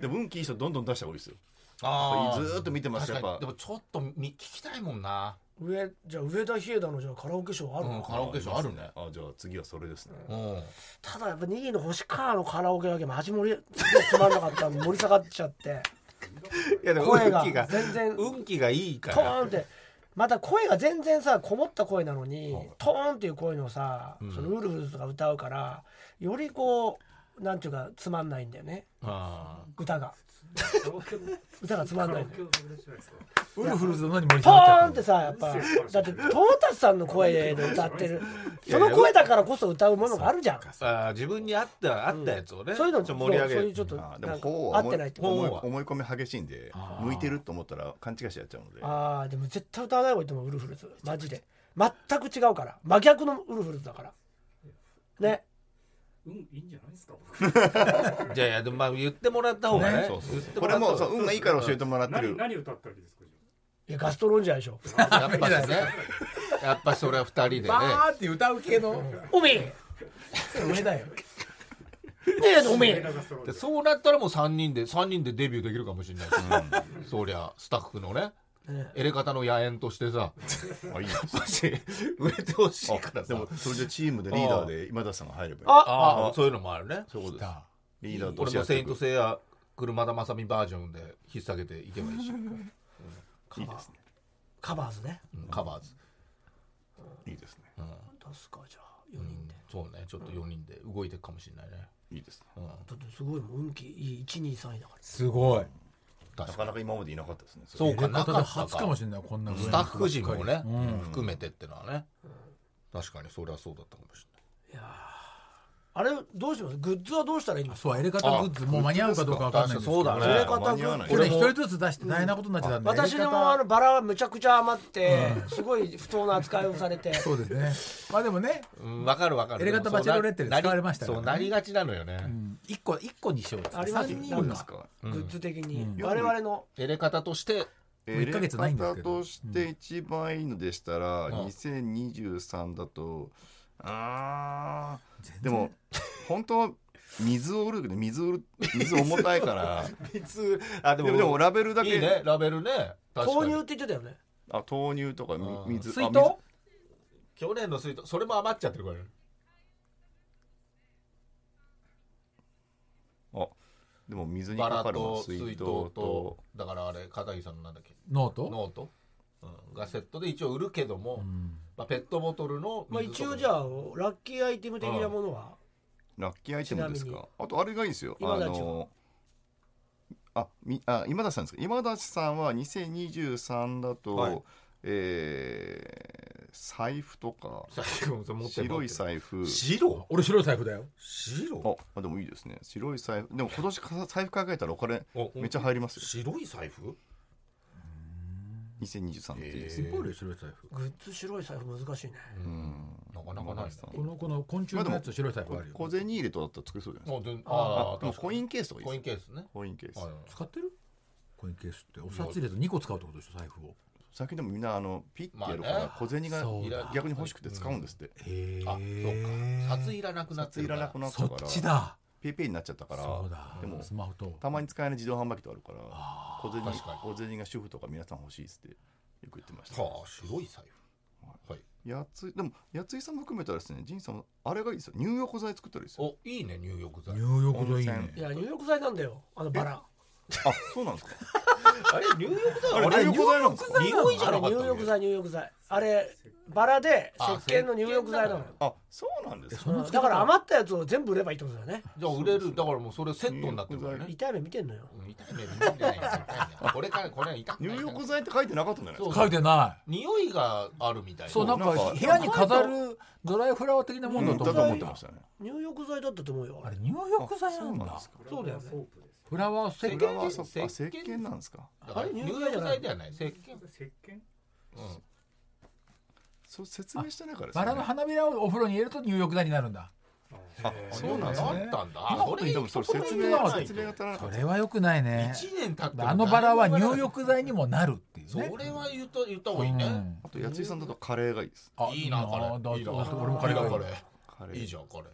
でも運気いい人どんどん出した方がいいですよ
あ
ずーっと見てますやっ
確
ぱ
かにでもちょっとみ聞きたいもんな
上じゃあ上田ヒエダのじゃあカラオケショーある
う
の
ん
か、
カラオケショーあるね
あじゃあ次はそれですね
うん
ただやっぱ2位の星川のカラオケだけマジ盛りつまんなか ったんで盛り下がっちゃって
いやで
声が全然
運気がいいか
ト
ら
ーンってまた声が全然さこもった声なのに、トーンっていう声のさ、そのウルフルズが歌うからよりこうなんていうかつまんないんだよね
あ
歌が
カラオケの
歌がつまんないんだ
カラ
よ
オケの話じゃないですか
ウルフルズの何盛
ト
り下がっちゃ
ー
っ
ン
た
っ
の
てさやっぱだってトータスさんの声で歌ってる
い
そ
や
の声だからこそ歌うものがあるじゃん
ーあー自分に合った合ったやつをね
そういうの
ちょっと盛り上げ
そういう
る
ちょっと
あ
な
ーで
ん
も
か
方
合ってないって
こ
思い
方は
思い込み激しいんで
あー
向いてると思ったら勘違いしてやっちゃうので
ああでも絶対歌わない方がいいと思うウルフルズマジで全く違うから真逆のウルフルズだからね
うん、いいんじゃな いですか僕
いやいやでもまあ言ってもらった方がね
そうそう
言って
こ
も
れ
らっ
も
た方
う
が
そう運がいいから教えてもらって
何
る
何歌ったらいいですかじゃ
いやガストロンジャーでしょ
やっぱりねやっぱそれは二人でね
バーって歌う系の
おめえね
上だよ
えおめえ
あなんかそう
でそうなったらもう3人で三人でデビューできるかもしれないし、そりゃスタッフのね
ね
エレカタの野縁としてさ
あいいです
マジ売れてほしいから
で
さ
もそれじゃチームでリーダーで今田さんが入ればいい
あ
ああそういうのもあるね
そういうことです
だ
リーダーと
俺
してや
も
っ
「
て
セイ
い
ン
く
ト・セイヤ車田正美バージョン」で引っ提げていけばいい し、
いいですね
カバーズね
うんカバーズ、
いいですね
出すかじゃあ4人で、
そうねちょっと4人で動いていくかもしれないね、
いいですね
うん、
だってすごいもん運気いい123位だから
すごい
な
確か
か
に
なか今までいなかったですね
そう
エレ
かなか
カタ
った
で初かも
か
しれないこんな
スタッフ陣もね、
うん
含めてってのはね、確かにそれはそうだったかもしれない
あれどうしますグッズはどうしたらいいんですか
そうエレカタグッズもう間に合うかどうかわかんないんですけど
確かにそうだね
これ
れ方
間に合わない
去
俺
年
も
一人ずつ出して大変なことになっちゃったんで
私
エレカ
の
タ
あのバラはむちゃくちゃ余って、すごい不当な扱いをされて
そうですねまあでもね
うん、わかるわかる。
エレガタバチェロレッテで使われましたからね
そうなりがちなのよね。
一個一個にしようっつって
あります
三
どう
人
で
が
すか
グッズ的に、
うん
我々の
エレカタとして、
もう一ヶ月ないんですけ
エ
ど
レカタとして一番いいのでしたら、
ん
2023だとあー
全然
でも本当は水を売るけど水を売る水重たいから
別、あ、
でもでもラベルだけ
いいね、ラベルね。確か
購
に
入って言ってたよね
あ豆乳とかみ
うん
水
水
あ
筒
去年の水筒、それも余っちゃってるからね。
水あでも水に
バ
か
ラ
かるのは
と
水
水
筒
筒
と
と、だからあれ、片桐さんのなんだっけ、
ノート
ノート、うん、がセットで一応売るけども、
うん
まあ、ペットボトルの水とか、
まあ一応じゃあラッキーアイテム的なものは、
ラッキーアイテムです
ちなみ
か
に
あとあれがいいですよ
今
あ
立ちは
のあみあ今田さんですか今田さんは2023だと、
はい
えー財布とか
財布それ持ってる
白い財布
白
俺白い財布だよ
白
ああでもいいですね白い財布でも今年か財布考えたらお金
お
めっちゃ入りますよ
白い財布
2023っていいです
いっ
ね、
ぱいあるよ白い財布
グッズ白い財布難しいね。
うん
なかなかないな
さん
このこの昆虫のやつ白い財布あるよ
小銭入れとだったら作れそうじゃないですか
あで
あ
あ
でもコイ
ン
ンケースとかいい
コイ
で
ン
す
ケースね
コインケース
はい
使ってるコインケースってお札入れと2個使うってことでしょ財布を
最近でもみんなあのピッてやるか
まあ
ら
ね
小銭が
そうだ
逆に欲しくて使うんですって
へ
あそうか札いらなくなって
札
る
い
から
らなくなった
そ
か
っ
ら
ちだ
ペイペイになっちゃったから
そうだ
でも
スマホと
たまに使えない自動販売機とかあるから小銭
確かに
小銭が主婦とか皆さん欲しいっつってよく言ってました、
はあ白い財布はい
やついでもやついさんも含めたらですね仁さんもあれがいいですよ入浴剤作ったらいいですよ
おいいね入浴剤
入浴剤いい
温
ね
いや入浴剤なんだよ。あのバラ。
あそうなんですか
あれ入浴剤
あれ入浴剤なんですか
匂いじゃ
あ
な
れ
かった
入浴剤入浴剤。あれバラで石鹸の入浴剤なのよ。
あそうなんですか
うんだから余ったやつを全部売ればいいってことだよね。
じゃあ売れるだからもうそれセットになってるから
入浴
ね
痛い目見てんのよ。
うん痛い目見てない痛い目これからこれは痛く
入
ない
浴剤って書いてなかったんじゃないです
そう
か
書いてな
匂いがあるみたい
い
な
そうなんか
なんか
部屋に飾るドライフラワー的なも
うん
だ
ん
と
だと
思
思
っ
ってて
ま
ま
し
したたね
入浴剤だったと思うよ。
あれ入浴剤なん
あ
だ
そう
そうだよね
ソープです。
フラワー石
石
鹸
鹸
あそっか
石
あ
鹸
石鹸なんですか
だから
あれ
入
入浴剤
浴剤ではない石鹸
石鹸
うん
そう説明してないからです
バラの花びらをお風呂に入れると入浴剤になるんだ
あそうなんです
あ
ね
ったんだ
今
あそれ
でもそれ
そこ
説
言わ
明
ないと
説明が足らなか
そ
っ
れは良くないね
一年経っても
あのバラは入浴剤にもなるっていう
そ
ね
れは言った言った方がいいね、
うん
たあとやついさんだとカレーがいいです
あ
いいな
あ
カレー
だ
いいな
俺もカ
カ
レ
レー
ー
だ
が
カ
い
レ
い
カレ
ー
ー
いいじゃんカレ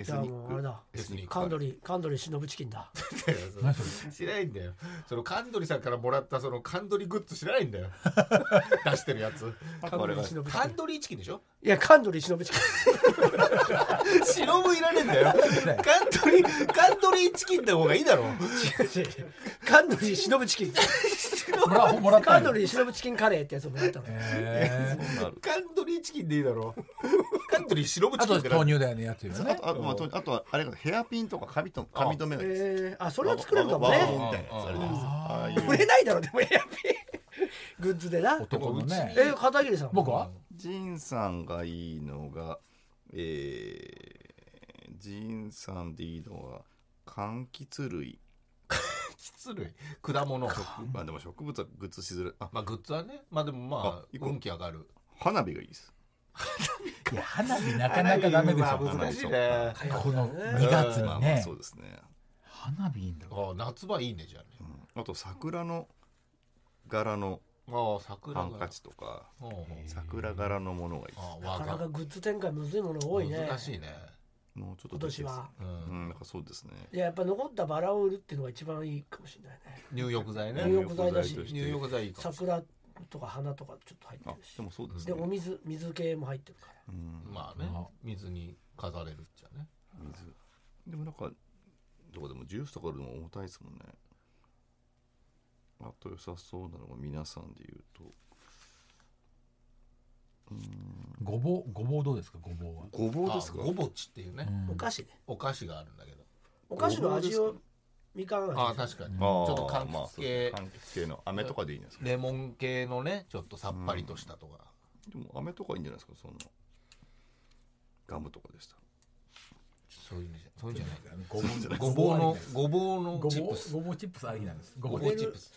エス
じゃあ
ニ
も
ッ
うあれ
ク
だ。
エスニック
カンドリカンドリ忍チキンだ。
ー
何そ れ
知らないんだよそのカンドリさんからもらったそのカンドリグッズ知らないん だよ出してるやつ
あとあれが
忍チキ
カ
ン
ンドリチキンでしょ
いやカンドリ忍チキン。
忍ぶいらねえんだよカントリーカントリーチキンの方がいいだろ
カンドリ忍チキン。
もらもらっ
カ
た
ン
ん
ド
だ
リ忍チキンカレーってやつをもらったの。
へー
カントリーチキンでいいだろカントリー忍ぶ
あ
チキン
と
ってな
豆乳だよねやつよ
あ
ね
とあとまあとあとはあれがヘアピンとか髪と髪留めがいいです
えー、あそれを作れるかも
和合
ね
みたいなやつあれじゃないですかああい
売
う
れないだろうでもエアピーグッズでな
男のね
えー、片桐さんは
僕は
ジンさんがいいのがえー、ジンさんでいいのは柑橘類
失礼果物
まあでも植物はグッズしづらいあ
まあグッズはねまあでもま
あ
あ
行こう
運気上がる
花火がいいです
いや花火なかなかダメですよ
花火は難しいね
この2月
うん
まあ
に
まあ
ね
そうですね、
花火いいんだ
ああ夏場いいねじゃあね
うんあと桜の柄の
ああ桜が
ハンカチとか
ほうほう
桜柄のものがいいです
ああ
なか
わ
な
が
かグッズ展開むずいものが多いね
難しいね
もうちょっと
今年は
出てきて
う
ですねうんんなんかそうですね
いややっぱ残ったバラを売るっていうのが一番いいかもしれないね
入浴剤ね
入浴剤だし
入浴剤として
入浴剤いいかもしれない
桜とか花とかちょっと入って
あ
るし
でもそうです
で
ね
お水水系も入ってるから
うん
まあね水に飾れるっちゃね
水でもなんかどこでもジュースとかでも重たいですもんねあと良さそうなのが皆さんで言うと
ごぼうごぼうどうですかごぼうは
ごぼう
あ
ですか
ごぼちっていうね
お菓子ね
お菓子があるんだけど
お菓子の味
ごぼう
を
です
みかん味
ああ確かにち
あー
ょっと柑
まあ
橘
そうです
系
ね柑橘系の飴とかでいいんですか
レモン系のねちょっとさっぱりとしたとか
でも飴とかいいんじゃないですかそんなガムとかでした
そういうんじゃそういうんじゃない
ごぼ
ごぼ
う
うのごぼう
ごぼ
の
う
チップス
ごぼうチップスありなんですご
ご
ぼう
ぼうチップス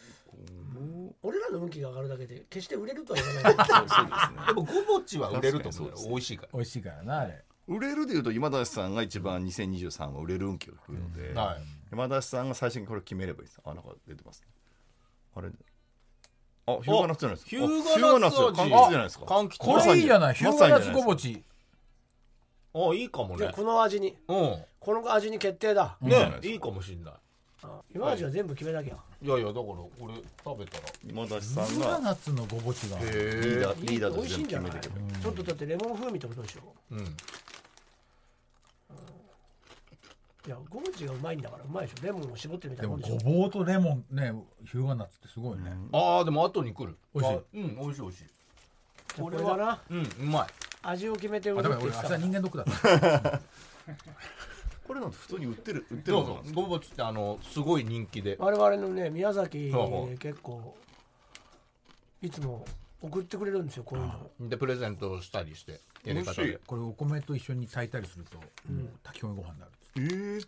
俺らの運気が上がるだけで決して売れるとは言わない
そうですね
で もごぼちは売れると思
確かにそ
うよ
うですね
美味しいか
美味しいからなあれ
売れるでいうと今田さんが一番2023は売れる運気が来るので、
らはい
山田さんが最初にこれ決めればいいです。あ、なんか出てます、ね。あれ。あ、ヒューガナッツじゃないですか。
ヒューガナッツ
柑
味
橘じゃないですか。
柑橘
こ
まさ
れ
に
いいじゃないヒューガナッツごぼ
まさにじゃないですか
ち
あいいかも
じゃあ
ね
この味に
う
この味に決定だ
んねいいかもしんな
あ今味は全部決めなきゃ
いいやいやだからこれ食べたら
今田
ヒ
さん
ューガ
が
ナッツのごぼちが
リーダー、リーダー
美
と
味
し
しい
て
んじ
決
ゃな
め
い
ていけばいい。
ちょっとだってレモン風味ってことでしょ
うん
いやゴムチがうまいんだからうまいでしょレモンを絞ってみた
で
いなも
も
んでし
ご
ょ
ぼうとレモンねヒューガナッツってすごいね
ああでも後に来る
美味しい
あうん美味しい美味しい
これだな
うんうまい
味を決めて売
あ
るって
だめ
言
俺
ってた
明日
から
人間ドックだった
これなんて普通に売ってる売ってる
どう
ものな
ぞ
んですか
ごぼつってあのすごい人気で
我々のね宮崎
ほうほ
で
う
結構いつも送ってくれるんですよこういうの
でプレゼントしたりしてやり方
美味し
で
い
これお米と一緒に炊いたりすると、もう炊き込みご飯になるんです
えー、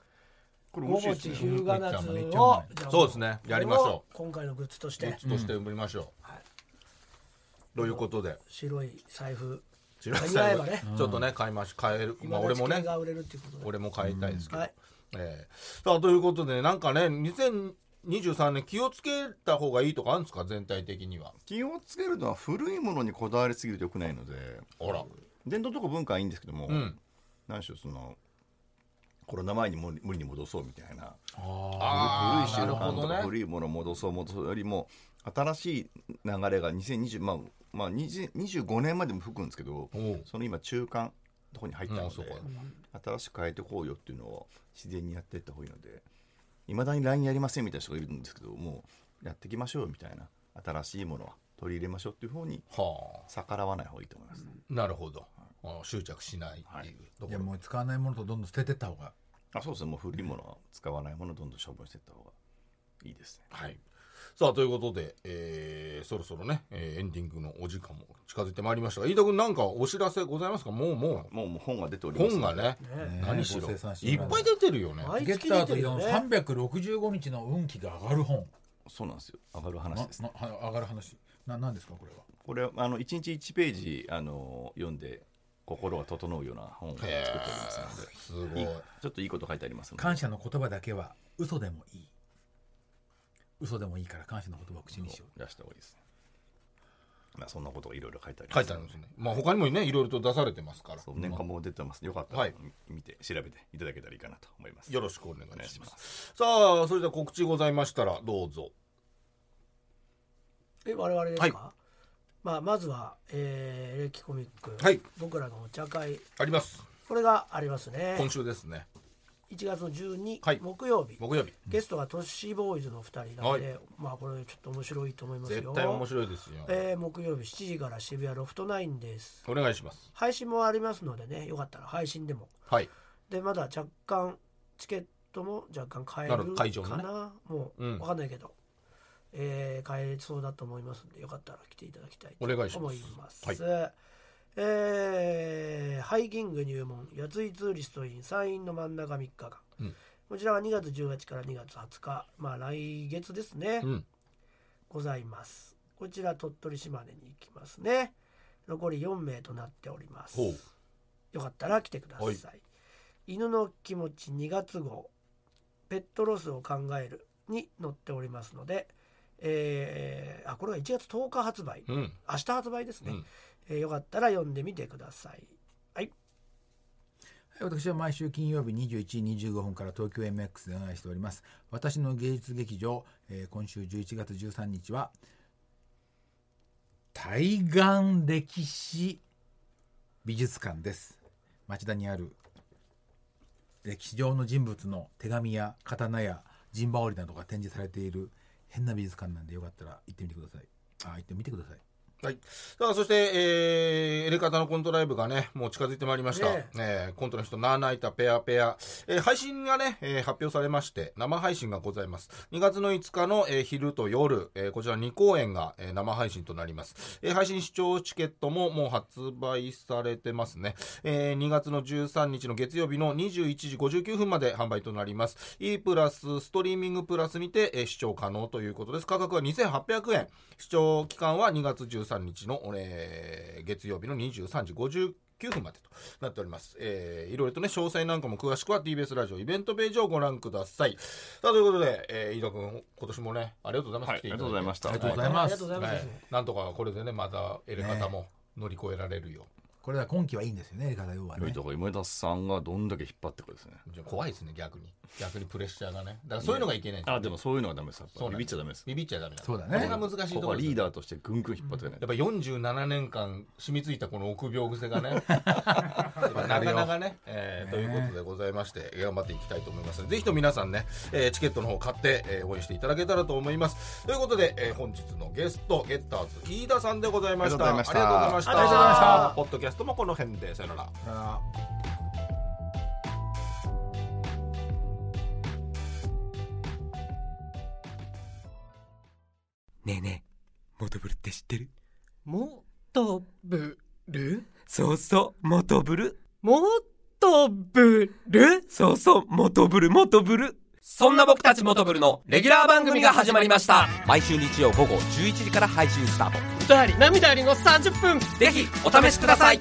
これ美
ごぼ
味し
ち
いです
日
ね
向夏
めっちゃうまい
を
そうですねやりましょ
う今回のグッズとし
グ
て
ッズとして売りましょう、
はい
ということで
白い財布
ち
間に合えばね
ょっとね買いまし買える、まあ、俺も
今だけ
ね
が売れるっていうことで
俺も買いたいですけど、
はい
えーさあということでなんかね2023年気をつけた方がいいとかあるんですか全体的には
気をつけるのは古いものにこだわりすぎるとよくないので
ほら
伝統とか文化はいいんですけども、
うん
何しろそのコロナ前に無理無理に戻そうみたいな古
あ
い
ー
習
なるほ
慣と
ど
か
ね
古いものを戻そう戻そうよりも新しい流れが2020、まあまあ、20 25年までも吹くんですけど
おう
その今中間とこに入った
う
の
ん
で
そうか
新しく変えてこうよっていうのを自然にやっていった方がいいのでいまだに LINE やりませんみたいな人がいるんですけどもうやっていきましょうみたいな新しいものは取り入れましょうっていう方に
は
逆らわない方がいいと思います、ね
あなるほど、あ執着しないっていうとこ
よ。いや
ろ、
もう使わないものとどんどん捨ててった方が。
あそうですねもう古いものは使わないものをどんどん処分していった方がいいですね
はい。さあ、ということで、えーそろそろね、えーエンディングのお時間も近づいてまいりましたが、飯田君なんかお知らせございますかもうも
もうもう本が出てお
う、
ります
本が
ね
ね、
ね
何しろ、
ご
い
生
っ
産
ぱ
してもらう
い出てるよね。
毎
ゲ
月
ッタ
出
ー
て
と
る
イ
よ
オン
ね
365日の運気が上がる本。
そうなんですよ上がる話
な
ですね
なは上がる話。ななんですかこれは。
これはあの1日1ページあの読んで心が整うような本を作っておりますのです
ごい。
いちょっといいこと書いてありますので
感謝の言葉だけは嘘でもいい。嘘でもいいから感謝の言葉を口にしよう。
出した方がいいですねまあそんなことがいろいろ書いてあり
書
ま
い
す
てあるんですね。まあ他にもね、いろいろと出されてますから。
そう年間も出てますよかった
は
ら
い
見て調べていただけたらいいかなと思います
よろしくお願いし
お願
ま
い
す。
します
さあ、それでは告知ございましたら、どうぞ。
え我々ですか、
は
まあ、まずは、えー、レキコミック、
はい
僕らのお茶会
あります。
これがありますね
今週ですね。
1月の12、
はい
木曜日
木曜日。
ゲストがトッシーボーイズの2人なので、
は
まあこれちょっと面白いと思いますよ
絶対面白いですよ。
えー木曜日7時から渋谷ロフトナインです
お願いします。
配信もありますのでねよかったら配信でも
はい。
でまだ若干チケットも若干買え
なる
る
ほど
か
会場のね
なもう
うん
分かんないけど、えー買えそうだと思いますんでよかったら来ていただきたいと
お願いします
思います
はい
えーハイキング入門やついツーリストイン山陰の真ん中3日間、
うん
こちらは2月18から2月20日まあ来月ですね、
うん。
ございますこちら鳥取島根に行きますね残り4名となっております
ほう。
よかったら来てください、
はい
犬の気持ち2月号ペットロスを考えるに載っておりますので、えーあこれが1月10日発売、
うん。
明日発売ですね、
うん
えーよかったら読んでみてくださいはい
はい私は毎週金曜日21時25分から東京 MX でお願いしております私の芸術劇場、えー今週11月13日は対岸歴史美術館です町田にある歴史上の人物の手紙や刀や陣羽織などが展示されている変な美術館なんでよかったら行ってみてくださいあ行ってみてください
はい。さあ、そして、えー、エレカタのコントライブがね、もう近づいてまいりました。
ね
えーコントの人、ナーナイタペアペア。えー配信がね、えー発表されまして、生配信がございます。2月の5日の、えー昼と夜、えーこちら2公演が、えー生配信となります。えー配信視聴チケットももう発売されてますね。えー2月の13日の月曜日の21時59分まで販売となります。E プラス、ストリーミングプラスにて、えー視聴可能ということです。価格は2800円。視聴期間は2月13日の、えー月曜日の23時59分までとなっております。えーいろいろとね、詳細なんかも詳しくは TBS ラジオイベントページをご覧ください。さあ、ということで、えー、飯田君、今年もね、ありがとうございます。
はいあ
来て
りが
ただ
とうございました
あり
と
が
う
とう
ござ
ご
い
ざい
あ
ま
りが
す
とうございます、
はい、なんとかこれでね、またエレカタも乗り越えられるよ。
これは今期はいいんですよね映画用は
良
ね
いとこ今田さんがどんだけ引っ張ってくるですね
じゃあ怖いですね、逆に。逆にプレッシャーがね。だからそういうのがいけないんですよ
あでもそういうのはダメですやっぱ
そうなん
ビビ
です
っちゃダメです
ビビっちゃダメだ。
そうだね
これが難しい
ことこ
こ
は
ろです
リ
よ
ーダーとしてぐんぐん引っ張っていかない
やっ
と
ぱ47年間染みついたこの臆病癖がねやっぱなかなかね、えーということでございまして頑張っていきたいと思いますぜひとも皆さんね、えーチケットの方買って、えー応援していただけたらと思いますということで、えー本日のゲストゲッターズ飯田さんでございました
ありがとうございました
あり
ありがとうございました
ポッドキャストもこの辺でさよなら
さよなら
ねえねえモトブルって知ってる
もっとぶる
そうそうモトブル
もっとぶる
そうそうモトブルモトブル
そんな僕たちモトブルのレギュラー番組が始まりました
毎週日曜午後11時から配信スタート
歌あり涙ありの30分
ぜひ
お試しください